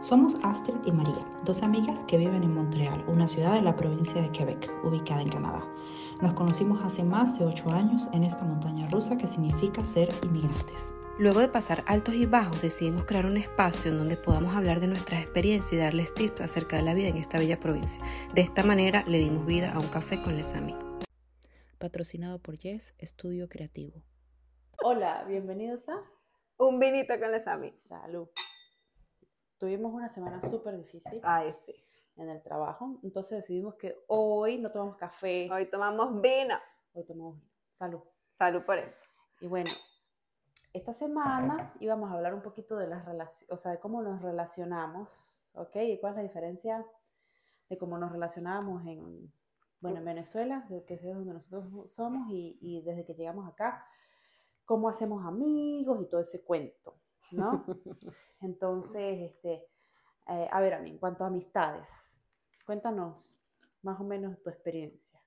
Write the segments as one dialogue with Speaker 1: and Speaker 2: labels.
Speaker 1: Somos Astrid y María, dos amigas que viven en Montreal, una ciudad de la provincia de Quebec, ubicada en Canadá. Nos conocimos hace más de ocho años en esta montaña rusa que significa ser inmigrantes.
Speaker 2: Luego de pasar altos y bajos, decidimos crear un espacio en donde podamos hablar de nuestras experiencias y darles tips acerca de la vida en esta bella provincia. De esta manera le dimos vida a un café con Les Amis.
Speaker 1: Patrocinado por Yes, Estudio Creativo.
Speaker 3: Hola, bienvenidos a
Speaker 4: Un vinito con Les Amis.
Speaker 3: Salud. Tuvimos una semana súper difícil
Speaker 4: Ay, sí.
Speaker 3: en el trabajo, entonces decidimos que hoy no tomamos café,
Speaker 4: Hoy tomamos vino.
Speaker 3: hoy tomamos vino. Salud.
Speaker 4: Salud por eso.
Speaker 3: Y bueno, esta semana íbamos a hablar un poquito de las relaciones, o sea, de cómo nos relacionamos, ¿ok? ¿Y cuál es la diferencia de cómo nos relacionábamos en, bueno, en Venezuela, de que es de donde nosotros somos, y, y desde que llegamos acá, cómo hacemos amigos y todo ese cuento, ¿no? Entonces, este, eh, a ver, a mí, en cuanto a amistades, cuéntanos más o menos tu experiencia.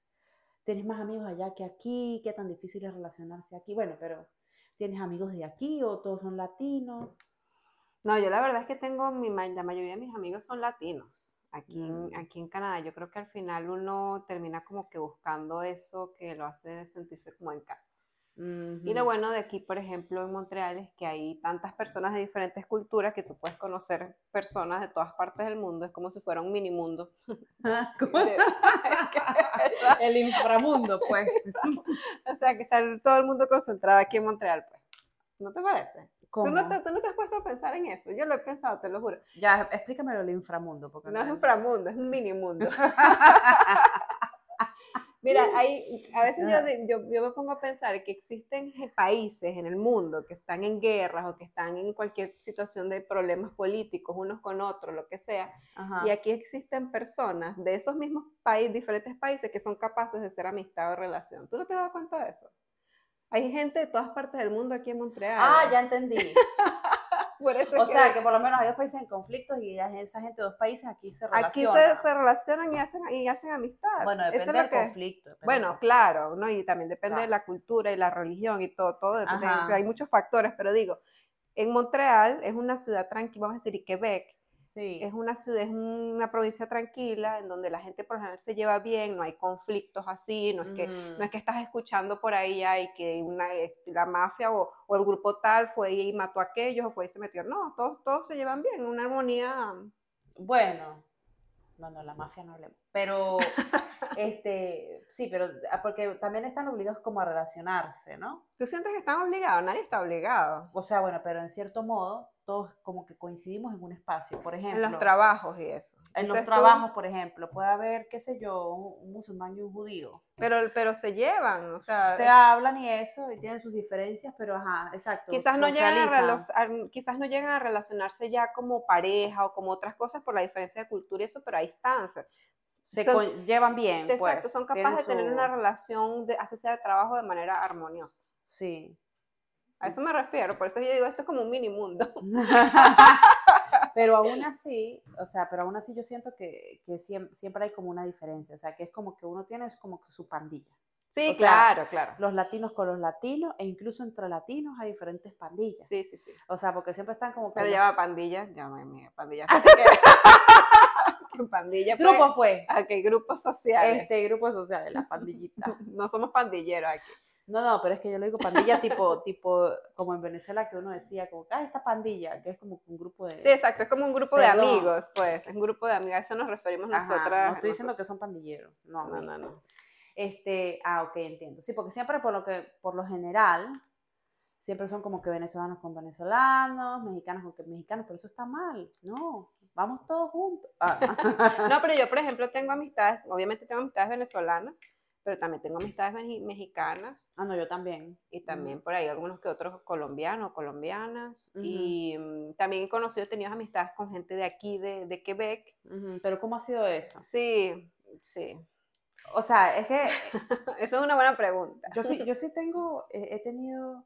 Speaker 3: ¿Tienes más amigos allá que aquí? ¿Qué tan difícil es relacionarse aquí? Bueno, pero ¿tienes amigos de aquí o todos son latinos?
Speaker 4: No, yo la verdad es que tengo, mi, ma- la mayoría de mis amigos son latinos. Aquí, en-
Speaker 3: Mm.
Speaker 4: aquí en Canadá, yo creo que al final uno termina como que buscando eso que lo hace sentirse como en casa. Y lo
Speaker 3: Ujú.
Speaker 4: bueno de aquí, por ejemplo, en Montreal es que hay tantas personas de diferentes culturas que tú puedes conocer personas de todas partes del mundo. Es como si fuera un mini mundo.
Speaker 3: Ah, ¿Cómo?
Speaker 4: De-
Speaker 3: El inframundo, pues.
Speaker 4: o sea, que está todo el mundo concentrado aquí en Montreal, pues. ¿No te parece? Tú no,
Speaker 3: ¿Cómo?
Speaker 4: te, tú no te has puesto a pensar en eso. Yo lo he pensado, te lo juro.
Speaker 3: Ya, explícamelo el inframundo. Porque
Speaker 4: No es inframundo, es un mini mundo. Mira, hay, a veces yo,
Speaker 3: Ajá.
Speaker 4: de- yo, yo me pongo a pensar que existen je- países en el mundo que están en guerras o que están en cualquier situación de problemas políticos unos con otros, lo que sea.
Speaker 3: Ajá.
Speaker 4: Y aquí existen personas de esos mismos países, diferentes países, que son capaces de ser amistad o relación. ¿Tú no te has dado cuenta de eso? Hay gente de todas partes del mundo aquí en Montreal.
Speaker 3: Ah, ya entendí.
Speaker 4: Por eso
Speaker 3: O
Speaker 4: es que
Speaker 3: sea, que por lo menos hay dos países en conflictos y ya esa gente de dos países aquí se
Speaker 4: aquí
Speaker 3: relaciona.
Speaker 4: se, se relacionan y hacen, y hacen amistad.
Speaker 3: Bueno,
Speaker 4: Eso es
Speaker 3: depende
Speaker 4: lo
Speaker 3: del
Speaker 4: que-
Speaker 3: conflicto. depende del
Speaker 4: Bueno,
Speaker 3: conflicto.
Speaker 4: claro, ¿no? Y también depende de
Speaker 3: pues Claro.
Speaker 4: la cultura y la religión y todo, todo. depende, o sea,
Speaker 3: Ajá.
Speaker 4: hay muchos factores, pero digo, en Montreal es una ciudad tranquila, vamos a decir, y Quebec
Speaker 3: Sí.
Speaker 4: es una ciudad, es una provincia tranquila en donde la gente por lo general se lleva bien, no hay conflictos así, no es que no es que estás escuchando por ahí ay, que una, eh, la mafia o, o el grupo tal fue y mató a aquellos o fue y se metió. No, todos, todos se llevan bien, una armonía.
Speaker 3: Bueno, bueno, la mafia no hablemos. Pero, este, sí, pero ah, porque también están obligados como a relacionarse, ¿no?
Speaker 4: ¿Tú sientes que están obligados? Nadie está obligado.
Speaker 3: O sea, bueno, pero en cierto modo, todos como que coincidimos en un espacio. Por ejemplo,
Speaker 4: En los trabajos y eso.
Speaker 3: en los
Speaker 4: Dices tú,
Speaker 3: trabajos, por ejemplo, puede haber, qué sé yo, un, un musulmán y un judío.
Speaker 4: Pero, pero se llevan, o sea,
Speaker 3: Se hablan y eso, y tienen sus diferencias, pero ajá, exacto.
Speaker 4: quizás, no llegan a
Speaker 3: socializan.
Speaker 4: relo- a- quizás no llegan a relacionarse ya como pareja o como otras cosas por la diferencia de cultura y eso, pero ahí están. Se,
Speaker 3: Se
Speaker 4: son-
Speaker 3: con- llevan bien,
Speaker 4: exacto,
Speaker 3: pues.
Speaker 4: son
Speaker 3: tienen
Speaker 4: capaces de tener
Speaker 3: su-
Speaker 4: una relación, de, así sea de trabajo, de manera armoniosa.
Speaker 3: Sí.
Speaker 4: A eso me refiero, por eso yo digo, esto es como un mini mundo.
Speaker 3: pero aún así, o sea, pero aún así yo siento que, que siem- siempre, hay como una diferencia, o sea, que es como que uno tiene es como que su pandilla.
Speaker 4: Sí,
Speaker 3: O sea,
Speaker 4: claro.
Speaker 3: Los latinos con los latinos e incluso entre latinos hay diferentes pandillas.
Speaker 4: Sí, sí, sí.
Speaker 3: O sea, porque siempre están como que
Speaker 4: Pero
Speaker 3: una-
Speaker 4: ya va pandilla, ya madre mía, pandilla. ¿Qué pandilla? pues?
Speaker 3: grupos pues,
Speaker 4: Ok, grupos sociales.
Speaker 3: este grupo social de la pandillita.
Speaker 4: No somos pandilleros aquí.
Speaker 3: No, no, pero es que yo le digo pandilla tipo tipo como en Venezuela que uno decía como, "Ah, esta pandilla", que es como que un grupo de
Speaker 4: Sí, exacto, es como un grupo de
Speaker 3: Eh, Perdón.
Speaker 4: amigos, pues, es un grupo de amigas, a eso nos referimos
Speaker 3: Ajá,
Speaker 4: nosotras.
Speaker 3: no estoy diciendo que son pandilleros. No,
Speaker 4: No,
Speaker 3: no,
Speaker 4: no,
Speaker 3: no,
Speaker 4: no.
Speaker 3: Este, ah, ok, entiendo. Sí, porque siempre por lo que, por lo general, siempre son como que venezolanos con venezolanos, mexicanos con que- mexicanos, pero eso está mal. No, vamos todos juntos. Ah,
Speaker 4: No, pero yo, por ejemplo, tengo amistades, obviamente tengo amistades venezolanas, pero también tengo amistades mexi- mexicanas
Speaker 3: ah, no, yo también.
Speaker 4: y también por ahí algunos que otros colombianos, colombianas.
Speaker 3: Mm. Ujú.
Speaker 4: Y mm, también he conocido, he tenido amistades con gente de aquí, de, de Quebec.
Speaker 3: Ujú, Pero ¿cómo ha sido eso?
Speaker 4: Sí, sí.
Speaker 3: O sea, es que
Speaker 4: Esa es una buena pregunta.
Speaker 3: yo sí, yo sí tengo, eh, he tenido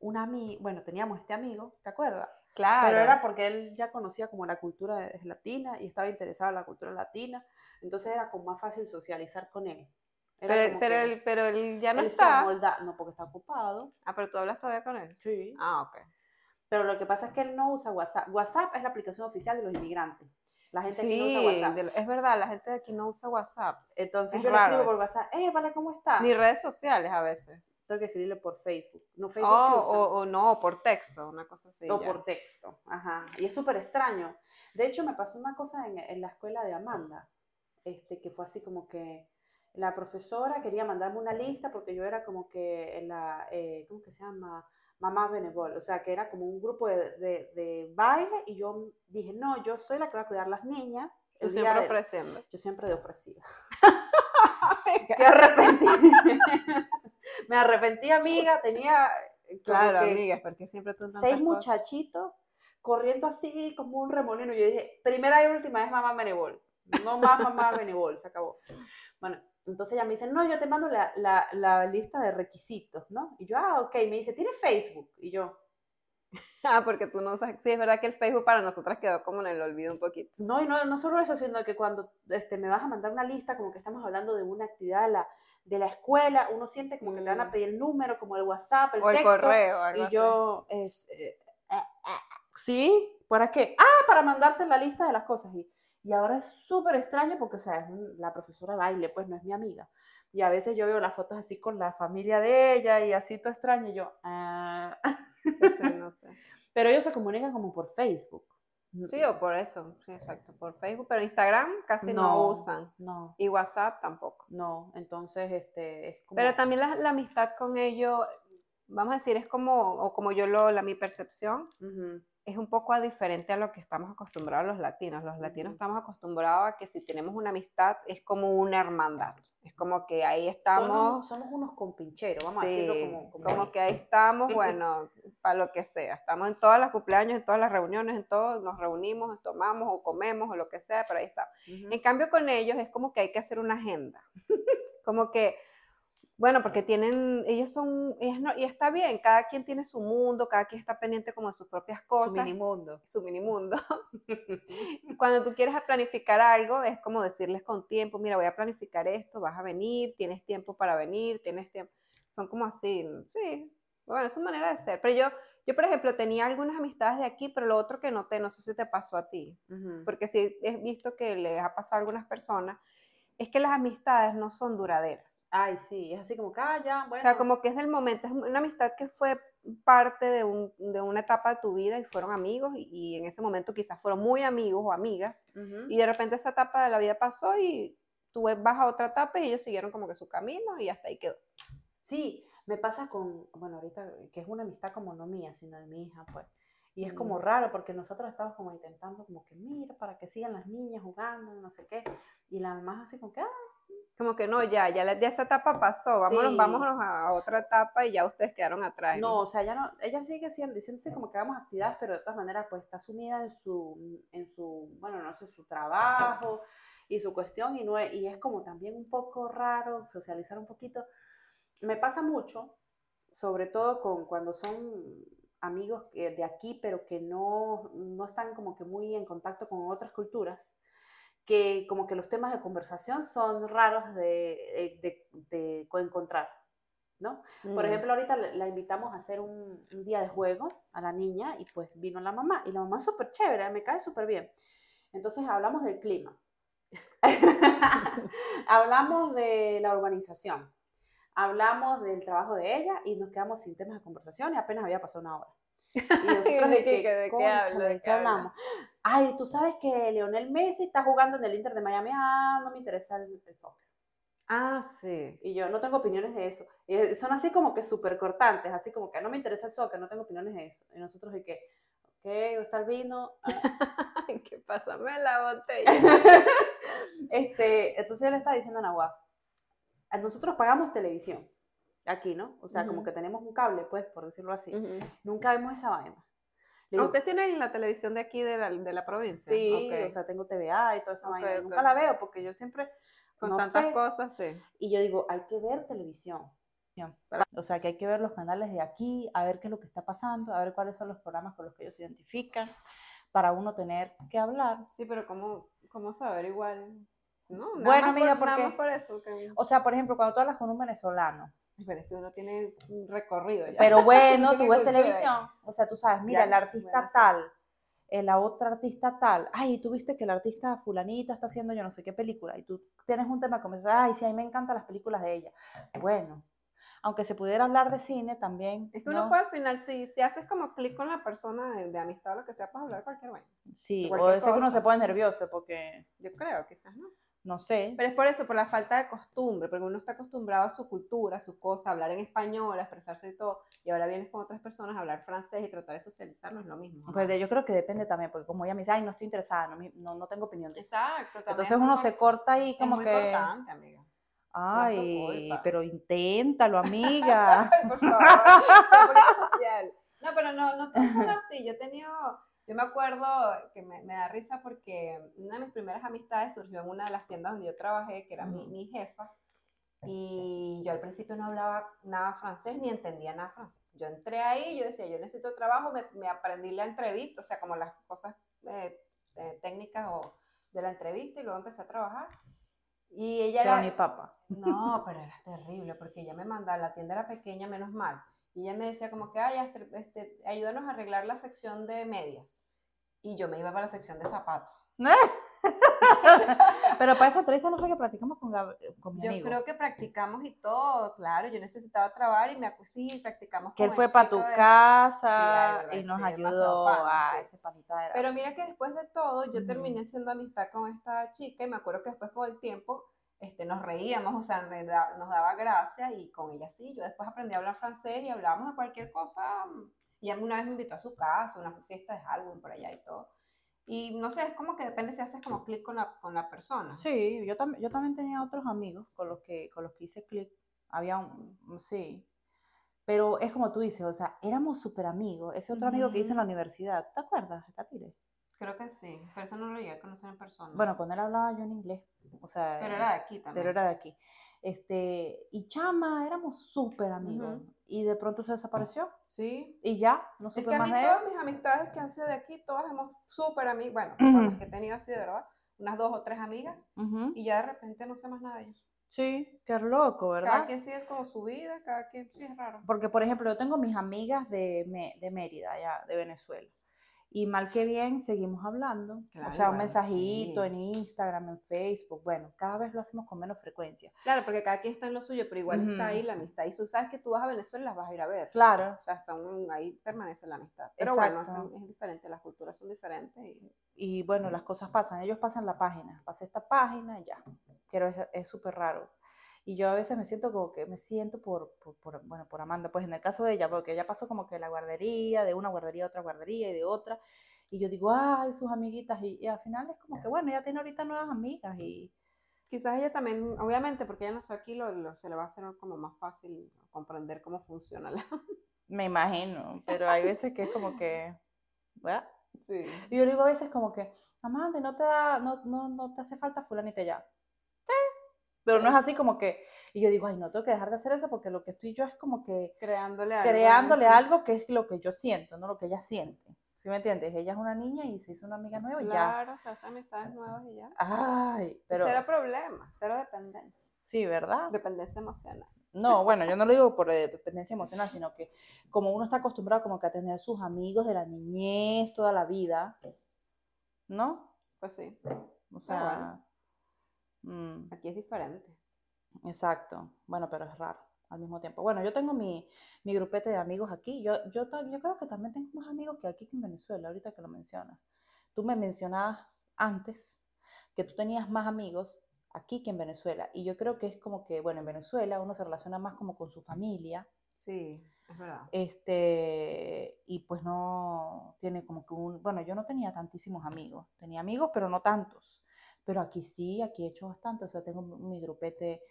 Speaker 3: un amigo, bueno, teníamos este amigo, ¿te acuerdas?
Speaker 4: Claro.
Speaker 3: Pero era porque él ya conocía como la cultura de- latina y estaba interesado en la cultura latina, entonces era como más fácil socializar con él. Era
Speaker 4: pero, él-
Speaker 3: como
Speaker 4: pero
Speaker 3: que-
Speaker 4: él, pero él ya no
Speaker 3: él se
Speaker 4: está.
Speaker 3: amolda- no porque está ocupado.
Speaker 4: Ah, pero tú hablas todavía con él.
Speaker 3: Sí.
Speaker 4: Ah, ok.
Speaker 3: Pero lo que pasa es que él no usa WhatsApp. WhatsApp es la aplicación oficial de los inmigrantes. La gente aquí no usa
Speaker 4: Sí,
Speaker 3: WhatsApp.
Speaker 4: de- es verdad, la gente de aquí no usa WhatsApp.
Speaker 3: Entonces
Speaker 4: es
Speaker 3: yo le
Speaker 4: raro
Speaker 3: escribo por
Speaker 4: eso.
Speaker 3: WhatsApp, eh, vale, ¿cómo está?
Speaker 4: Ni redes sociales a veces.
Speaker 3: Tengo que escribirle por Facebook. No,
Speaker 4: Oh,
Speaker 3: Facebook sí usa.
Speaker 4: o, o no, por texto, una cosa así.
Speaker 3: o
Speaker 4: ya.
Speaker 3: por texto. Ajá. Y es súper extraño. De hecho, me pasó una cosa en, en la escuela de Amanda, este, que fue así como que la profesora quería mandarme una lista porque yo era como que la, eh, ¿cómo que se llama? Mamá Benevol, o sea, que era como un grupo de, de- de baile y yo dije, no, yo soy la que va a cuidar las niñas.
Speaker 4: Tú
Speaker 3: el día
Speaker 4: siempre
Speaker 3: de-".
Speaker 4: ofreciendo.
Speaker 3: Yo siempre de ofrecida. Qué arrepentí. me arrepentí, amiga. Tenía, eh, como
Speaker 4: Claro,
Speaker 3: que-
Speaker 4: amigas, porque siempre tú en tantas
Speaker 3: seis
Speaker 4: cosas.
Speaker 3: muchachitos corriendo así como un remolino. Yo dije, primera y última es mamá Menebol. No más mamá Menebol, se acabó. Bueno, entonces ella me dice, no, yo te mando la, la- la lista de requisitos, ¿no? Y yo, ah, ok. Me dice, ¿tiene Facebook? Y yo,
Speaker 4: Ah, porque tú no usas. Sí, es verdad que el Facebook para nosotras quedó como en el olvido un poquito.
Speaker 3: no, y no, no solo eso, sino que cuando este, me vas a mandar una lista, como que estamos hablando de una actividad de la, de la escuela, uno siente como que te van a
Speaker 4: Mm.
Speaker 3: pedir el número, como el WhatsApp, el
Speaker 4: o el
Speaker 3: texto.
Speaker 4: correo, algo
Speaker 3: Y
Speaker 4: así.
Speaker 3: yo, es, eh, eh, eh, ¿sí? ¿Para qué? Ah, para mandarte la lista de las cosas. Y, y ahora es súper extraño porque, o sea, es un- la profesora de baile, pues no es mi amiga. Y a veces yo veo las fotos así con la familia de ella y así todo extraño. Y yo, ah.
Speaker 4: No sé, no sé.
Speaker 3: Pero ellos se comunican como por Facebook.
Speaker 4: Sí, o por eso, sí, exacto, por Facebook, pero Instagram casi no,
Speaker 3: No.
Speaker 4: usan
Speaker 3: No,
Speaker 4: y WhatsApp tampoco.
Speaker 3: no. Entonces, este, es como...
Speaker 4: Pero también la, la amistad con ellos, vamos a decir, es como, o como yo lo, la, mi percepción,
Speaker 3: Ujú.
Speaker 4: es un poco a- diferente a lo que estamos acostumbrados los latinos. Los latinos
Speaker 3: Ujú.
Speaker 4: estamos acostumbrados a que si tenemos una amistad es como una hermandad, es como que ahí estamos.
Speaker 3: Somos, somos unos compincheros, vamos a decirlo
Speaker 4: sí,
Speaker 3: como... como-
Speaker 4: que ahí estamos, bueno, para lo que sea. Estamos en todas las cumpleaños, en todas las reuniones, en todo, nos reunimos, tomamos o comemos o lo que sea, pero ahí está.
Speaker 3: Ujú.
Speaker 4: En cambio, con ellos es como que hay que hacer una agenda. Como que, bueno, porque tienen, ellos son, ellos no- y está bien, cada quien tiene su mundo, cada quien está pendiente como de sus propias
Speaker 3: Su
Speaker 4: cosas,
Speaker 3: minimundo.
Speaker 4: su minimundo. Cuando tú quieres planificar algo, es como decirles con tiempo, mira, voy a planificar esto, vas a venir, tienes tiempo para venir, tienes tiempo. Son como así, sí. Bueno, es su manera de ser. Pero yo, yo, por ejemplo, tenía algunas amistades de aquí, pero lo otro que noté, no sé si te pasó a ti,
Speaker 3: Ujú.
Speaker 4: porque sí he visto que les ha pasado a algunas personas, es que las amistades no son duraderas.
Speaker 3: Ay, sí, es así como que, ah, ya, bueno.
Speaker 4: O sea, como que es del momento, es una amistad que fue parte de, un- de una etapa de tu vida y fueron amigos y, y en ese momento quizás fueron muy amigos o amigas
Speaker 3: Ujú.
Speaker 4: y de repente esa etapa de la vida pasó y tú vas a otra etapa y ellos siguieron como que su camino y hasta ahí quedó.
Speaker 3: Sí, me pasa con, bueno, ahorita que es una amistad como no mía, sino de mi hija, pues. Y es como
Speaker 4: Mm.
Speaker 3: raro porque nosotros estamos como intentando como que mira para que sigan las niñas jugando, no sé qué. Y la mamá así como que, ah,
Speaker 4: Como que no, ya, ya, la- ya esa etapa pasó, vámonos,
Speaker 3: Sí.
Speaker 4: vámonos a, a otra etapa y ya ustedes quedaron atrás.
Speaker 3: no, o sea, ya no, ella sigue siendo, diciéndose como que hagamos actividades, pero de todas maneras pues está sumida en su, en su, bueno, no sé, su trabajo y su cuestión y no es, y es como también un poco raro socializar un poquito. Me pasa mucho, sobre todo con cuando son amigos que- de aquí, pero que no, no están como que muy en contacto con otras culturas, que como que los temas de conversación son raros de, de- de co- encontrar, ¿no? Por
Speaker 4: Mm.
Speaker 3: ejemplo, ahorita la la invitamos a hacer un, un día de juego a la niña y pues vino la mamá, y la mamá es súper chévere, me cae súper bien. Entonces hablamos del clima, hablamos de la urbanización, hablamos del trabajo de ella y nos quedamos sin temas de conversación y apenas había pasado una hora. Y nosotros
Speaker 4: de
Speaker 3: de
Speaker 4: qué, que de
Speaker 3: que,
Speaker 4: qué
Speaker 3: "Cónchale,
Speaker 4: hablo,
Speaker 3: ¿de
Speaker 4: de
Speaker 3: qué
Speaker 4: qué hablo".
Speaker 3: hablamos? Ay, tú sabes que Leonel Messi está jugando en el Inter de Miami. Ah, no me interesa el, el soccer.
Speaker 4: Ah, sí.
Speaker 3: Y yo no tengo opiniones de eso. Y eh, son así como que súper cortantes, así como que no me interesa el soccer, no tengo opiniones de eso. Y nosotros de que, ok, ¿dónde está el vino?
Speaker 4: Ay, que pásame la botella.
Speaker 3: este, entonces yo le estaba diciendo a Nahuatl, "A nosotros pagamos televisión aquí, ¿no? O sea, como
Speaker 4: Ujú.
Speaker 3: que tenemos un cable, pues, por decirlo así.
Speaker 4: Ujú.
Speaker 3: Nunca vemos esa vaina. Le
Speaker 4: Ah,
Speaker 3: digo,
Speaker 4: ¿Ustedes tienen la televisión de aquí, de la, de la provincia?
Speaker 3: Sí,
Speaker 4: Ok.
Speaker 3: o sea, tengo TVA y toda esa
Speaker 4: Ok,
Speaker 3: vaina.
Speaker 4: ok.
Speaker 3: Nunca la veo porque yo siempre,
Speaker 4: Con
Speaker 3: no
Speaker 4: tantas
Speaker 3: sé.
Speaker 4: cosas, sí.
Speaker 3: y yo digo, hay que ver televisión. O sea, que hay que ver los canales de aquí, a ver qué es lo que está pasando, a ver cuáles son los programas con los que ellos se identifican, para uno tener que hablar.
Speaker 4: Sí, pero ¿cómo, cómo saber igual? No, nada
Speaker 3: Bueno,
Speaker 4: más
Speaker 3: amiga,
Speaker 4: por, nada
Speaker 3: porque-
Speaker 4: más por eso. que-
Speaker 3: O sea, por ejemplo, cuando tú hablas con un venezolano
Speaker 4: Pero es que uno tiene un recorrido ya.
Speaker 3: Pero bueno,
Speaker 4: Tiene
Speaker 3: tú ves
Speaker 4: cultura ya.
Speaker 3: televisión, o sea, tú sabes, mira,
Speaker 4: Ya,
Speaker 3: el artista
Speaker 4: bueno, sí.
Speaker 3: tal, eh, la otra artista tal, ay, tú viste que el artista fulanita está haciendo yo no sé qué película, y tú tienes un tema como, ay, sí, a mí me encantan las películas de ella. Bueno, aunque se pudiera hablar de cine también,
Speaker 4: Es que
Speaker 3: ¿no?
Speaker 4: uno puede al final, si, si haces como clic con la persona de, de amistad o lo que sea, puedes hablar cualquier vaina.
Speaker 3: sí, o
Speaker 4: cualquier
Speaker 3: es que uno se
Speaker 4: cosa.
Speaker 3: pone nervioso porque,
Speaker 4: Yo creo, quizás, ¿no?
Speaker 3: no sé,
Speaker 4: Pero es por eso, por la falta de costumbre, porque uno está acostumbrado a su cultura, a sus cosas, a hablar en español, a expresarse y todo, y ahora vienes con otras personas a hablar francés y tratar de socializar, no es lo mismo. ¿no?
Speaker 3: pues, de- yo creo que depende también, porque como ella me dice, ay, no estoy interesada, no, me- no, no tengo opinión de eso.
Speaker 4: Exacto. también
Speaker 3: Entonces
Speaker 4: es
Speaker 3: uno
Speaker 4: muy-
Speaker 3: se corta ahí
Speaker 4: es
Speaker 3: como
Speaker 4: muy
Speaker 3: que,
Speaker 4: importante, amiga.
Speaker 3: ay,
Speaker 4: culpa.
Speaker 3: pero inténtalo, amiga.
Speaker 4: Ay, por favor, soy un poquito social. No, pero no, no todos son así. Yo he tenido, yo me acuerdo que me, me da risa porque una de mis primeras amistades surgió en una de las tiendas donde yo trabajé, que era mi,
Speaker 3: Ujú.
Speaker 4: mi jefa, y yo al principio no hablaba nada francés ni entendía nada francés. Yo entré ahí, yo decía, yo necesito trabajo, me, me aprendí la entrevista, o sea, como las cosas eh, eh, técnicas o de la entrevista y luego empecé a trabajar. Y ella
Speaker 3: Pero
Speaker 4: era,
Speaker 3: ni papá.
Speaker 4: no, pero era terrible, porque ella me mandaba, la tienda era pequeña, menos mal. Y ella me decía como que, ay, Astrid, este, ayúdanos a arreglar la sección de medias. Y yo me iba para la sección de zapatos.
Speaker 3: Pero para esa entrevista no fue que practicamos con, Gab- con mi
Speaker 4: Yo
Speaker 3: amigo.
Speaker 4: creo que practicamos y todo, claro, yo necesitaba trabajar y me acu- sí, practicamos
Speaker 3: que él
Speaker 4: con el
Speaker 3: fue para
Speaker 4: chico
Speaker 3: tu
Speaker 4: de-
Speaker 3: casa
Speaker 4: verdad,
Speaker 3: y nos
Speaker 4: sí,
Speaker 3: ayudó.
Speaker 4: demasiado pana,
Speaker 3: Ay,
Speaker 4: sí.
Speaker 3: ese panita era.
Speaker 4: Pero mira que después de todo, yo
Speaker 3: Ujú.
Speaker 4: terminé siendo amistad con esta chica y me acuerdo que después con el tiempo este, nos reíamos, o sea, nos da- nos daba gracia y con ella sí. Yo después aprendí a hablar francés y hablábamos de cualquier cosa. mm, Y a mí una vez me invitó a su casa, a una fiesta de Halloween por allá y todo. Y no sé, es como que depende si haces como clic con la, con la persona.
Speaker 3: Sí, yo, también yo también tenía otros amigos con los que, con los que hice clic. Había un, un- sí. Pero es como tú dices, o sea, éramos súper amigos. Ese otro amigo que hice en la universidad, ¿tú te acuerdas, Catire?
Speaker 4: Creo que sí, pero eso no lo llegué a conocer en persona.
Speaker 3: Bueno, con él hablaba yo en inglés, o sea,
Speaker 4: Mm. pero era de aquí también.
Speaker 3: pero era de aquí. Este, y chama, éramos súper amigos.
Speaker 4: Ujú.
Speaker 3: Y de pronto se desapareció
Speaker 4: Sí,
Speaker 3: y ya, no
Speaker 4: Es
Speaker 3: supe
Speaker 4: que a
Speaker 3: más
Speaker 4: mí
Speaker 3: de él.
Speaker 4: todas mis amistades que han sido de aquí, todas hemos súper amigas, bueno, con las que he tenido así de verdad, unas dos o tres amigas,
Speaker 3: Ujú.
Speaker 4: y ya de repente no sé más nada de ellos.
Speaker 3: Sí, qué loco, ¿verdad?
Speaker 4: Cada quien sigue como su vida, cada quien, sí, es raro.
Speaker 3: Porque, por ejemplo, yo tengo mis amigas de, Me- de Mérida, allá de Venezuela. Y mal que bien, seguimos hablando. o
Speaker 4: Claro,
Speaker 3: sea, un
Speaker 4: bueno,
Speaker 3: mensajito
Speaker 4: sí.
Speaker 3: en Instagram, en Facebook. Bueno, cada vez lo hacemos con menos frecuencia.
Speaker 4: Claro, porque cada quien está en lo suyo, pero igual está ahí
Speaker 3: Ujú.
Speaker 4: la amistad. Y tú sabes que tú vas a Venezuela y las vas a ir a ver.
Speaker 3: Claro.
Speaker 4: O sea, son, ahí permanece la amistad. Pero bueno,
Speaker 3: Exacto.
Speaker 4: están- es diferente, las culturas son diferentes. Y,
Speaker 3: Y bueno, las cosas pasan. Ellos pasan la página. Pasé esta página, ya. Pero es es súper raro. Y yo a veces me siento como que me siento por, por, por, bueno, por Amanda, pues en el caso de ella, porque ella pasó como que la guardería, de una guardería a otra guardería y de otra. Y yo digo, ay, sus amiguitas. Y, y al final es como que, bueno, ella tiene ahorita nuevas amigas y,
Speaker 4: Quizás ella también, obviamente, porque ella nació aquí, lo, lo- se le va a hacer como más fácil comprender cómo funciona la...
Speaker 3: Me imagino, pero hay veces que es como que, "Bueno".
Speaker 4: Sí.
Speaker 3: Y yo le digo a veces como que, Amanda, ¿no te da, no, no, no te hace falta fulanita ya? Sí. Pero no es así como que, y yo digo, ay, no tengo que dejar de hacer eso porque lo que estoy yo es como que
Speaker 4: Creándole algo.
Speaker 3: creándole
Speaker 4: sí.
Speaker 3: algo que es lo que yo siento, no lo que ella siente. ¿Sí me entiendes? Ella es una niña y se hizo una amiga nueva y ya.
Speaker 4: Claro, se hacen amistades nuevas y ya.
Speaker 3: Ay, pero
Speaker 4: Cero problema, cero dependencia.
Speaker 3: sí, ¿verdad?
Speaker 4: Dependencia emocional.
Speaker 3: No, bueno, yo no lo digo por eh, dependencia emocional, sino que como uno está acostumbrado como que a tener sus amigos de la niñez toda la vida, ¿no?
Speaker 4: Pues sí,
Speaker 3: O sea,
Speaker 4: Ah,
Speaker 3: mm,
Speaker 4: aquí es diferente.
Speaker 3: exacto. Bueno, pero es raro al mismo tiempo. Bueno, yo tengo mi, mi grupete de amigos aquí. Yo, yo, ta- yo creo que también tengo más amigos que aquí que en Venezuela, ahorita que lo mencionas. Tú me mencionabas antes que tú tenías más amigos aquí que en Venezuela. Y yo creo que es como que, bueno, en Venezuela uno se relaciona más como con su familia.
Speaker 4: Sí, es verdad.
Speaker 3: Este, y pues no tiene como que un, bueno, yo no tenía tantísimos amigos, tenía amigos, pero no tantos. Pero aquí sí, aquí he hecho bastante, o sea, tengo mi mi grupete,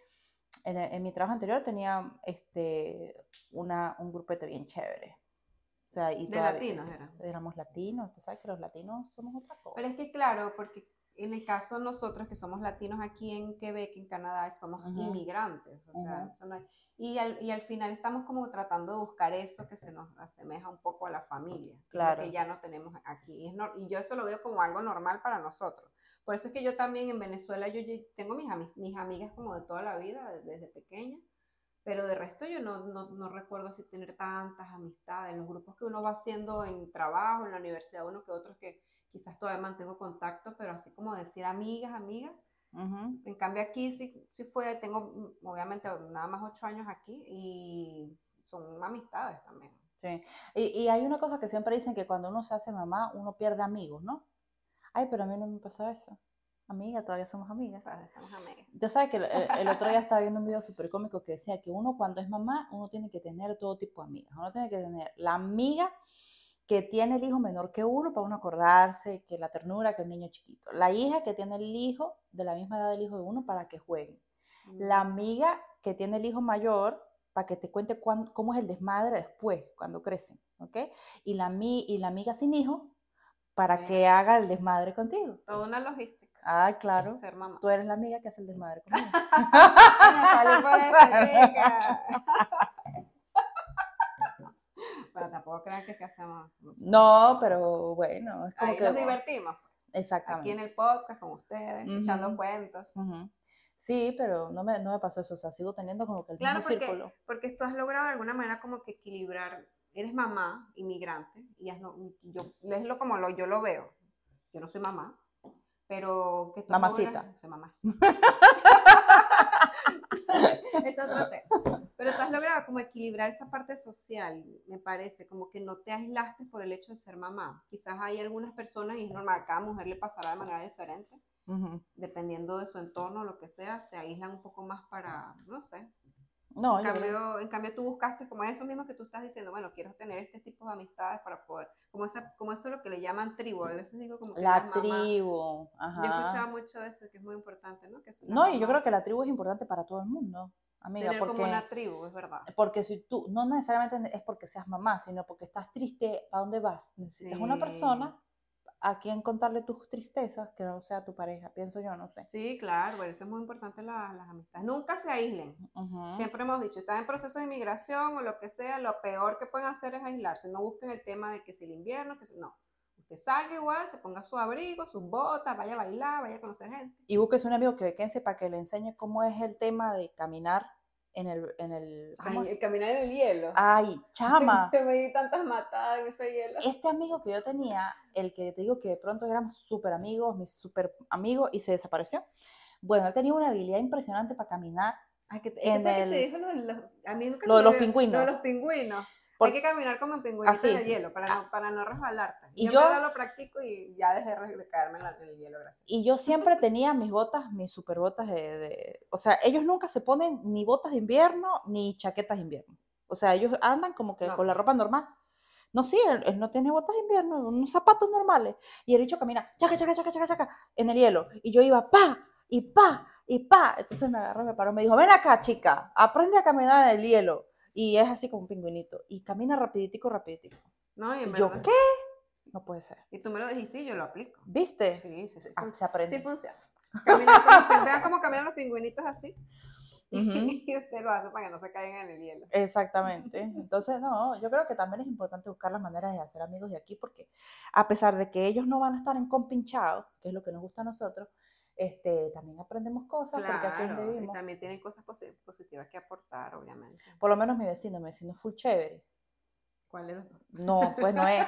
Speaker 3: en, el- en mi trabajo anterior tenía este, una, un grupete bien chévere. O sea, y
Speaker 4: De
Speaker 3: todavía-
Speaker 4: latinos era.
Speaker 3: éramos latinos, tú sabes que los latinos somos otra cosa.
Speaker 4: Pero es que claro, porque en el caso de nosotros que somos latinos aquí en Quebec, en Canadá, somos
Speaker 3: Ujú.
Speaker 4: inmigrantes. O sea,
Speaker 3: Ujú.
Speaker 4: eso no hay- y, al, y al final estamos como tratando de buscar eso que se nos asemeja un poco a la familia, que es lo
Speaker 3: Claro.
Speaker 4: que ya no tenemos aquí. Y, es nor- y yo eso lo veo como algo normal para nosotros. Por eso es que yo también en Venezuela, yo, lle- tengo mis, ami- mis amigas como de toda la vida, de- desde pequeña. Pero de resto yo no, no, no recuerdo así tener tantas amistades. Los grupos que uno va haciendo en trabajo, en la universidad, uno que otros que quizás todavía mantengo contacto, pero así como decir amigas, amigas.
Speaker 3: Ujú.
Speaker 4: En cambio aquí sí, sí fue, tengo mm, obviamente nada más ocho años aquí y son amistades también.
Speaker 3: Sí. Y, y hay una cosa que siempre dicen que cuando uno se hace mamá, uno pierde amigos, ¿no? Ay, pero a mí no me pasa eso. Amiga, todavía somos amigas.
Speaker 4: Entonces, somos amigas.
Speaker 3: Ya sabes que el, el- el otro día estaba viendo un video súper cómico que decía que uno cuando es mamá, uno tiene que tener todo tipo de amigas. Uno tiene que tener la amiga que tiene el hijo menor que uno para uno acordarse que la ternura que el niño chiquito. La hija que tiene el hijo de la misma edad del hijo de uno para que jueguen. La amiga que tiene el hijo mayor para que te cuente cuán- cómo es el desmadre después, cuando crecen, ¿ok? Y la, mi- y la amiga sin hijo para
Speaker 4: Bueno.
Speaker 3: que haga el desmadre contigo.
Speaker 4: Toda una logística.
Speaker 3: Ah, claro.
Speaker 4: Ser mamá.
Speaker 3: Tú eres la amiga que hace el desmadre conmigo.
Speaker 4: Coño, salí por eso, chica. Pero tampoco crean que es que hacemos. mucho.
Speaker 3: No, pero bueno, es como
Speaker 4: Ahí
Speaker 3: que
Speaker 4: nos divertimos. Aquí
Speaker 3: Exactamente.
Speaker 4: en el podcast con ustedes,
Speaker 3: Ujú.
Speaker 4: echando cuentos.
Speaker 3: Ujú. Sí, pero no me, no me pasó eso, o sea, sigo teniendo como que el
Speaker 4: Claro,
Speaker 3: mismo
Speaker 4: porque-
Speaker 3: círculo.
Speaker 4: Porque tú has logrado de alguna manera como que equilibrar. Eres mamá, inmigrante, y has lo- y yo es lo como lo, yo lo veo. Yo no soy mamá, pero que tú
Speaker 3: Mamacita.
Speaker 4: logras- soy mamacita. es otro tema. Pero tú has logrado como equilibrar esa parte social, me parece, como que no te aislaste por el hecho de ser mamá. Quizás hay algunas personas, y es normal, a cada mujer le pasará de manera diferente,
Speaker 3: Ujú.
Speaker 4: dependiendo de su entorno, lo que sea, se aíslan un poco más para, no sé,
Speaker 3: No,
Speaker 4: en
Speaker 3: yo-
Speaker 4: cambio, en cambio, tú buscaste como eso mismo que tú estás diciendo, bueno, quiero tener este tipo de amistades para poder, como, esa, como eso es lo que le llaman tribu, a veces digo como que las
Speaker 3: la
Speaker 4: mamás-
Speaker 3: tribu,
Speaker 4: Yo he escuchado
Speaker 3: ajá.
Speaker 4: mucho de eso, que es muy importante, ¿no? Que es una
Speaker 3: No, y yo
Speaker 4: mamá,
Speaker 3: creo que la tribu es importante para todo el mundo, amiga,
Speaker 4: tener
Speaker 3: porque
Speaker 4: como una tribu, es verdad.
Speaker 3: porque si tú no necesariamente es porque seas mamá, sino porque estás triste, ¿a dónde vas? Necesitas una
Speaker 4: Sí.
Speaker 3: persona a quien contarle tus tristezas, que no sea tu pareja, pienso yo, no sé.
Speaker 4: Sí, claro, bueno, eso es muy importante la- las amistades. Nunca se aíslen.
Speaker 3: Ujú.
Speaker 4: Siempre hemos dicho, están en proceso de inmigración o lo que sea, lo peor que pueden hacer es aislarse. No busquen el tema de que si el invierno, que si no. Usted salga igual, se ponga su abrigo, sus botas, vaya a bailar, vaya a conocer gente.
Speaker 3: y busques un amigo quebequense para que le enseñe cómo es el tema de caminar en el... En el ¿cómo es?
Speaker 4: el caminar en el hielo.
Speaker 3: Ay, chama.
Speaker 4: Yo me di tantas matadas en ese hielo.
Speaker 3: Este amigo que yo tenía, el que te digo que de pronto eran súper amigos, mis súper amigos, y se desapareció. Bueno, él tenía una habilidad impresionante para caminar.
Speaker 4: Ese
Speaker 3: ah, en
Speaker 4: fue que te
Speaker 3: el-
Speaker 4: dijo lo de los, a mí nunca
Speaker 3: lo de
Speaker 4: me
Speaker 3: los
Speaker 4: olvidó,
Speaker 3: pingüinos.
Speaker 4: Lo de los pingüinos.
Speaker 3: Por-
Speaker 4: Hay que caminar como un pingüino
Speaker 3: Así. Ah.
Speaker 4: en el hielo para no, para no resbalarte.
Speaker 3: Y
Speaker 4: yo, en
Speaker 3: yo-
Speaker 4: verdad lo practico y ya dejé re- de caerme en, la- en el hielo, gracias.
Speaker 3: Y yo siempre tenía mis botas, mis super botas de, de- O sea, ellos nunca se ponen ni botas de invierno ni chaquetas de invierno. O sea, ellos andan como que
Speaker 4: No.
Speaker 3: con la ropa normal. No, sí, él, él no tiene botas de invierno, unos zapatos normales. Y el bicho camina, chaca, chaca, chaca, chaca, chaca, en el hielo. Y yo iba, pa, y pa, y pa. Entonces me agarró, me paró, me dijo, ven acá, chica, aprende a caminar en el hielo. Y es así como un pingüinito. Y camina rapiditico, rapiditico.
Speaker 4: No, y
Speaker 3: Y
Speaker 4: en
Speaker 3: yo,
Speaker 4: verdad-
Speaker 3: ¿qué? No puede ser.
Speaker 4: Y tú me lo dijiste y yo lo aplico.
Speaker 3: ¿Viste?
Speaker 4: Sí, sí, sí.
Speaker 3: Ah,
Speaker 4: fun-
Speaker 3: se aprende.
Speaker 4: sí funciona. Caminar como pin- vean cómo caminan los pingüinitos así.
Speaker 3: Ujú.
Speaker 4: Y usted lo hace para que no se caigan en el hielo.
Speaker 3: Exactamente. Entonces, no, yo creo que también es importante buscar las maneras de hacer amigos de aquí, porque a pesar de que ellos no van a estar en compinchados, que es lo que nos gusta a nosotros, este, también aprendemos cosas, porque aquí donde
Speaker 4: Claro, y
Speaker 3: vivimos,
Speaker 4: también tienen cosas posi- positivas que aportar, obviamente.
Speaker 3: por lo menos mi vecino, mi vecino es full chévere.
Speaker 4: ¿Cuál de los dos?
Speaker 3: No, pues no es,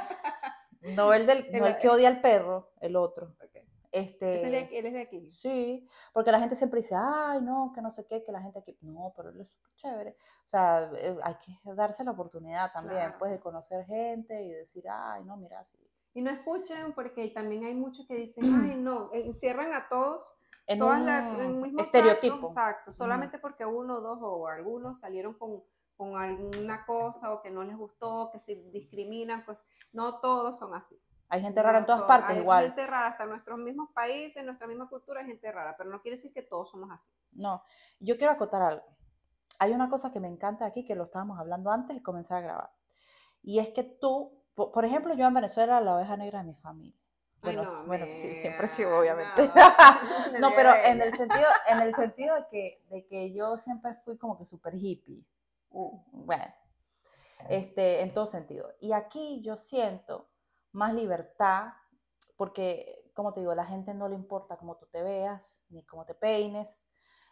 Speaker 3: no el del, no
Speaker 4: El-
Speaker 3: el que odia al perro, el otro.
Speaker 4: Ok. Ese es de
Speaker 3: Este,
Speaker 4: aquí- Él es de aquí.
Speaker 3: sí, porque la gente siempre dice, ay, no, que no sé qué, que la gente aquí, no, pero él es súper chévere. O sea, eh, hay que darse la oportunidad también, pues, de
Speaker 4: Claro.
Speaker 3: conocer gente y decir, ay, no, mira, sí.
Speaker 4: Y no escuchen porque también hay muchos que dicen, ay, no, eh, encierran a todos,
Speaker 3: Mm. En
Speaker 4: todas
Speaker 3: un
Speaker 4: la- en un mismo
Speaker 3: estereotipo. Mm.
Speaker 4: saco, exacto, solamente porque uno, dos o algunos salieron con, con alguna cosa o que no les gustó, que se discriminan, pues no todos son así.
Speaker 3: Hay gente rara
Speaker 4: No
Speaker 3: en todas
Speaker 4: todos.
Speaker 3: partes,
Speaker 4: Hay
Speaker 3: igual.
Speaker 4: gente rara, hasta en nuestros mismos países, en nuestra misma cultura hay gente rara, pero no quiere decir que todos somos así.
Speaker 3: No, yo quiero acotar algo. Hay una cosa que me encanta aquí, que lo estábamos hablando antes de comenzar a grabar. Y es que tú, po- por ejemplo, yo en Venezuela era la oveja negra de mi familia.
Speaker 4: Ay,
Speaker 3: Bueno,
Speaker 4: no,
Speaker 3: bueno, sí, siempre sí,
Speaker 4: mira,
Speaker 3: obviamente.
Speaker 4: no,
Speaker 3: No, pero en
Speaker 4: negra.
Speaker 3: el sentido, en el sentido de que, de que yo siempre fui como que súper hippie.
Speaker 4: Uh.
Speaker 3: Bueno, este, en todo sentido. Y aquí yo siento más libertad, porque, como te digo, a la gente no le importa cómo tú te veas, ni cómo te peines,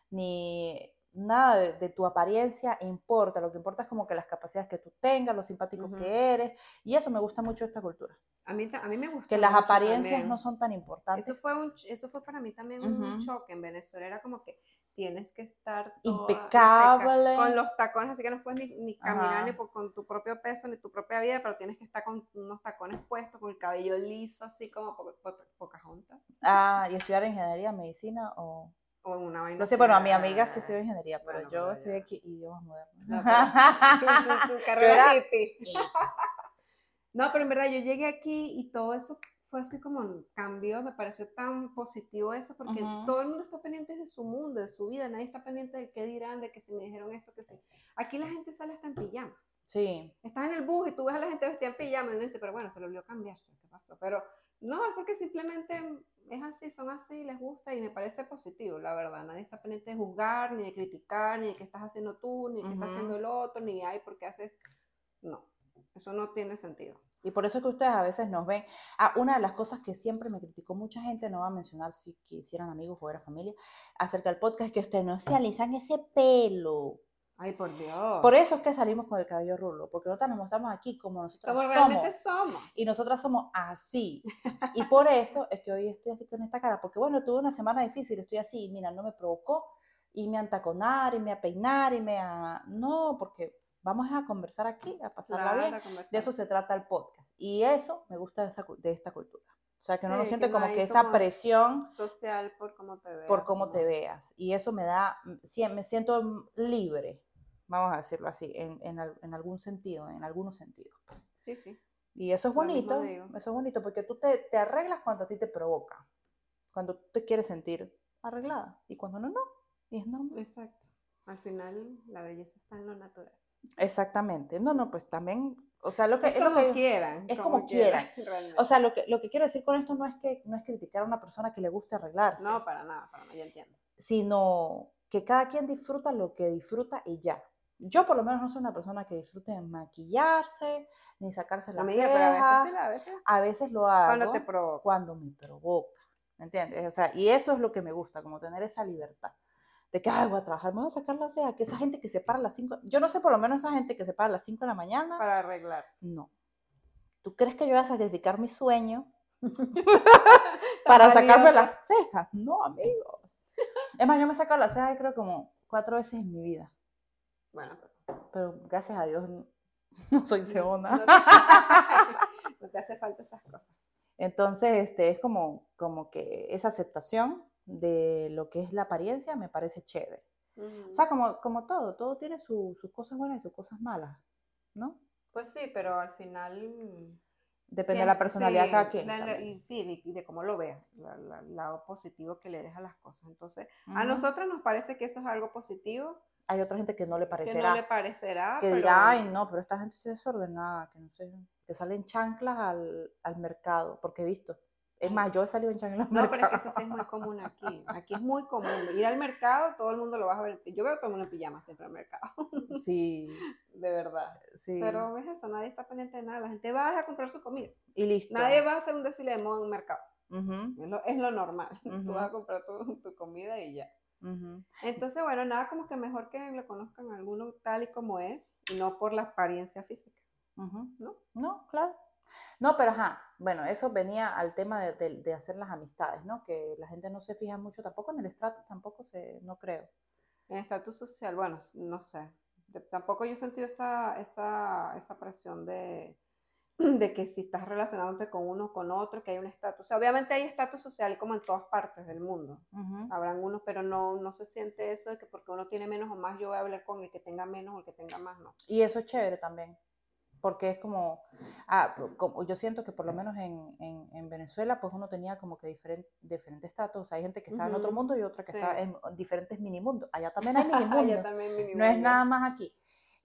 Speaker 3: ni nada de, de tu apariencia importa, lo que importa es como que las capacidades que tú tengas, lo simpático
Speaker 4: Ujú.
Speaker 3: que eres, y eso me gusta mucho de esta cultura,
Speaker 4: A mí, ta- a mí me gusta.
Speaker 3: que las
Speaker 4: mucho
Speaker 3: apariencias
Speaker 4: también.
Speaker 3: no son tan importantes.
Speaker 4: Eso fue, un, ch- eso fue para mí también un
Speaker 3: Ujú.
Speaker 4: choque. En Venezuela era como que tienes que estar toda
Speaker 3: Impecable.
Speaker 4: Con los tacones, así que no puedes ni, ni caminar
Speaker 3: Ajá.
Speaker 4: ni por- con tu propio peso, ni tu propia vida, pero tienes que estar con unos tacones puestos, con el cabello liso, así como po po- Pocahontas.
Speaker 3: Ah, y estudiar ingeniería, medicina o...
Speaker 4: O una vaina.
Speaker 3: No sé,
Speaker 4: así,
Speaker 3: bueno, a mi
Speaker 4: ah,
Speaker 3: amiga sí estudió ingeniería, pero
Speaker 4: Bueno,
Speaker 3: yo
Speaker 4: pero
Speaker 3: estoy
Speaker 4: ya.
Speaker 3: aquí idiomas modernos.
Speaker 4: No, pero tu- tu- tu carrera hippie. No, pero en verdad yo llegué aquí y todo eso fue así como un cambio, me pareció tan positivo eso, porque
Speaker 3: Ujú.
Speaker 4: todo el mundo está pendiente de su mundo, de su vida, nadie está pendiente del qué dirán, de que si me dijeron esto, que sí. Aquí la gente sale hasta en pijamas.
Speaker 3: Sí,
Speaker 4: Estás en el bus y tú ves a la gente vestida en pijama y uno dice, pero bueno, se le olvidó cambiarse, ¿qué pasó? Pero no, es porque simplemente es así, son así, les gusta y me parece positivo, la verdad. Nadie está pendiente de juzgar, ni de criticar, ni de qué estás haciendo tú, ni de qué está
Speaker 3: Ujú.
Speaker 4: haciendo el otro, ni ay, ¿por qué haces? No, eso no tiene sentido.
Speaker 3: y por eso es que ustedes a veces nos ven. Ah, una de las cosas que siempre me criticó mucha gente, no va a mencionar si quisieran amigos o era familia, acerca del podcast, que ustedes no se alisan ese pelo.
Speaker 4: Ay, por Dios.
Speaker 3: Por eso es que salimos con el cabello rulo, porque nosotras nos mostramos aquí como nosotras
Speaker 4: Como realmente
Speaker 3: somos.
Speaker 4: somos.
Speaker 3: Y nosotras somos así. Y por eso es que hoy estoy así con esta cara, porque bueno, tuve una semana difícil, estoy así, y mira, no me provocó irme a entaconar, irme a peinar, irme a... No, porque vamos a conversar aquí, a pasarla
Speaker 4: Claro,
Speaker 3: bien.
Speaker 4: la
Speaker 3: De
Speaker 4: conversación.
Speaker 3: eso se trata el podcast. Y eso me gusta de, esa cu- de esta cultura. O sea, que uno no
Speaker 4: Sí,
Speaker 3: siente
Speaker 4: que no
Speaker 3: como
Speaker 4: hay
Speaker 3: que esa
Speaker 4: como-
Speaker 3: presión
Speaker 4: social por cómo te veas.
Speaker 3: por cómo te
Speaker 4: como-
Speaker 3: veas. Y eso me da, mm, sie- me siento mm, libre, vamos a decirlo así, en, en al- en algún sentido, en algunos sentidos.
Speaker 4: Sí, sí.
Speaker 3: Y eso es
Speaker 4: Lo mismo
Speaker 3: bonito,
Speaker 4: digo.
Speaker 3: eso es bonito, porque tú te, te arreglas cuando a ti te provoca, cuando tú te quieres sentir arreglada. Y cuando no, no. Y es normal.
Speaker 4: Exacto. Al final, la belleza está en lo natural.
Speaker 3: Exactamente. No, no, pues también, o sea, lo que...
Speaker 4: Es
Speaker 3: es lo
Speaker 4: como
Speaker 3: que yo-
Speaker 4: quieran.
Speaker 3: es como
Speaker 4: realmente.
Speaker 3: O sea, lo que, lo que quiero decir con esto no es que no es criticar a una persona que le gusta arreglarse,
Speaker 4: no, para nada, para nada, yo entiendo.
Speaker 3: sino que cada quien disfruta lo que disfruta y ya. Yo por lo menos no soy una persona que disfrute de maquillarse, ni sacarse las
Speaker 4: Amiga, pero a
Speaker 3: cejas.
Speaker 4: veces, sí, a veces
Speaker 3: a veces lo hago
Speaker 4: cuando te provoca.
Speaker 3: cuando me provoca, ¿me entiendes? O sea, y eso es lo que me gusta, como tener esa libertad. De que, ay, voy a trabajar, me voy a sacar las cejas, que esa gente que se para a las 5, yo no sé por lo menos esa gente que se para a las 5 de la mañana,
Speaker 4: Para arreglarse.
Speaker 3: no. ¿Tú crees que yo voy a sacrificar mi sueño para sacarme
Speaker 4: valiosa.
Speaker 3: las cejas? No, amigos. Es más, yo me he sacado las cejas creo como cuatro veces en mi vida.
Speaker 4: Bueno, pero-
Speaker 3: Pero gracias a Dios n- no soy
Speaker 4: No,
Speaker 3: ceona.
Speaker 4: te- no te hace falta esas cosas.
Speaker 3: Entonces, este, es como, como que esa aceptación de lo que es la apariencia me parece chévere. O sea, como, como todo, todo tiene su- sus cosas buenas y sus cosas malas, ¿no?
Speaker 4: pues sí, pero al final. mm,
Speaker 3: Depende de la
Speaker 4: siempre-
Speaker 3: personalidad de
Speaker 4: sí,
Speaker 3: cada quien.
Speaker 4: la- la-
Speaker 3: también.
Speaker 4: y sí, de- y de cómo lo veas, la- la- el lado positivo que le deja las cosas. Entonces, a
Speaker 3: Ujú.
Speaker 4: nosotros nos parece que eso es algo positivo,
Speaker 3: Hay otra gente que no le
Speaker 4: que
Speaker 3: parecerá.
Speaker 4: no le parecerá,
Speaker 3: que
Speaker 4: Ah, pero
Speaker 3: dirá, ay, no, pero esta gente es desordenada, que no sé, que salen chanclas al, al mercado, porque he visto. Es más, yo he salido en chanclas al
Speaker 4: No, pero es que
Speaker 3: mercado.
Speaker 4: eso sí es muy común aquí. Aquí es muy común. Ir al mercado, todo el mundo lo vas a ver. Yo veo a todo el mundo en pijama siempre al mercado.
Speaker 3: Sí,
Speaker 4: De verdad.
Speaker 3: sí.
Speaker 4: Pero es eso, nadie está pendiente de nada. La gente va a comprar su comida.
Speaker 3: y listo.
Speaker 4: Nadie va a hacer un desfile de moda en un mercado.
Speaker 3: Ujú,
Speaker 4: Es lo, es lo normal. Tú vas a
Speaker 3: Ujú.
Speaker 4: comprar tu, tu comida y ya.
Speaker 3: ujú.
Speaker 4: Entonces, bueno, nada como que mejor que lo conozcan a alguno tal y como es, y no por la apariencia física.
Speaker 3: Ujú.
Speaker 4: ¿No?
Speaker 3: No, claro. No, pero ajá, bueno, eso venía al tema de, de- de hacer las amistades, ¿no? Que la gente no se fija mucho, tampoco en el estrato, tampoco se, no creo.
Speaker 4: En estatus social, bueno, s- no sé. Yo- tampoco yo he sentido esa, esa, esa presión de, de que si estás relacionándote con uno o con otro, que hay un estatus. O sea, obviamente hay estatus social como en todas partes del mundo.
Speaker 3: Ujú.
Speaker 4: Habrán unos, pero no, no se siente eso de que porque uno tiene menos o más, yo voy a hablar con el que tenga menos o el que tenga más, no.
Speaker 3: Y eso es chévere también, porque es como, ah, po- como- yo siento que por lo menos en, en- en Venezuela, pues uno tenía como que diferente diferentes estatus. hay gente que está en otro
Speaker 4: Ujú,
Speaker 3: mundo y otra que está
Speaker 4: sí.
Speaker 3: en diferentes minimundos. Allá también hay
Speaker 4: Allá
Speaker 3: minimundos.
Speaker 4: también mi
Speaker 3: No es
Speaker 4: nivel
Speaker 3: nada más aquí.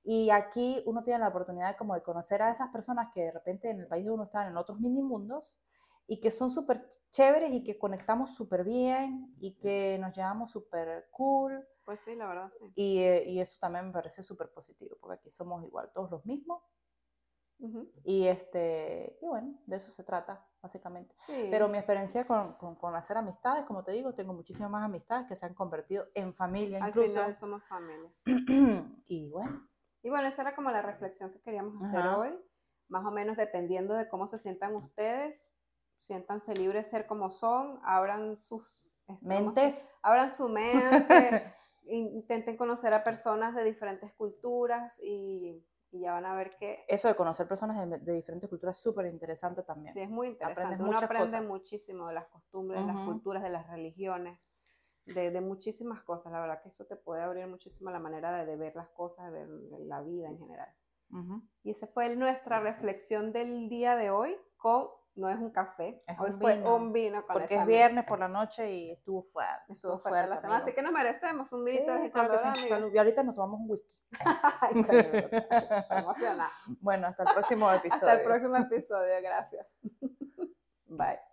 Speaker 3: Y aquí uno tiene la oportunidad como de conocer a esas personas que de repente en el país de uno están en otros minimundos y que son súper chéveres y que conectamos súper bien y que nos llevamos súper cool.
Speaker 4: Pues sí, la verdad sí.
Speaker 3: Y, eh, y eso también me parece súper positivo, porque aquí somos igual, todos los mismos,
Speaker 4: Ujú.
Speaker 3: Y, este, y bueno, de eso se trata, básicamente.
Speaker 4: Sí.
Speaker 3: Pero mi experiencia con, con- con hacer amistades, como te digo, tengo muchísimas más amistades que se han convertido en familia
Speaker 4: al
Speaker 3: incluso.
Speaker 4: final somos familia.
Speaker 3: y bueno,
Speaker 4: Y bueno, esa era como la reflexión que queríamos hacer
Speaker 3: Ajá.
Speaker 4: hoy. Más o menos dependiendo de cómo se sientan ustedes, siéntanse libres de ser como son, abran sus este, ¿cómo se-
Speaker 3: mentes.
Speaker 4: abran su mente, in- intenten conocer a personas de diferentes culturas y, y ya van a ver que
Speaker 3: Eso de conocer personas de, de diferentes culturas es súper interesante también.
Speaker 4: sí, es muy interesante. Uno
Speaker 3: muchas
Speaker 4: aprende
Speaker 3: cosas.
Speaker 4: muchísimo de las costumbres, de las
Speaker 3: Ujú.
Speaker 4: culturas, de las religiones, de, de muchísimas cosas. La verdad que eso te puede abrir muchísimo la manera de, de ver las cosas, de ver la vida en general.
Speaker 3: Ujú.
Speaker 4: Y esa fue el- nuestra reflexión del día de hoy con no es un café,
Speaker 3: Es
Speaker 4: hoy
Speaker 3: un
Speaker 4: fue
Speaker 3: vino,
Speaker 4: un vino con
Speaker 3: Porque
Speaker 4: esa
Speaker 3: es
Speaker 4: amiga.
Speaker 3: viernes por la noche y estuvo fuerte.
Speaker 4: Estuvo fuerte la semana, así
Speaker 3: amigo.
Speaker 4: que nos merecemos un vinito de vez
Speaker 3: Sí,
Speaker 4: en
Speaker 3: claro que
Speaker 4: cuando,
Speaker 3: sí.
Speaker 4: ¿verdad,
Speaker 3: Salud. Y ahorita nos tomamos un whisky.
Speaker 4: amiga? Ay, qué lindo. Estoy emocionada.
Speaker 3: Bueno, hasta el próximo episodio.
Speaker 4: Hasta el próximo episodio, gracias. Bye.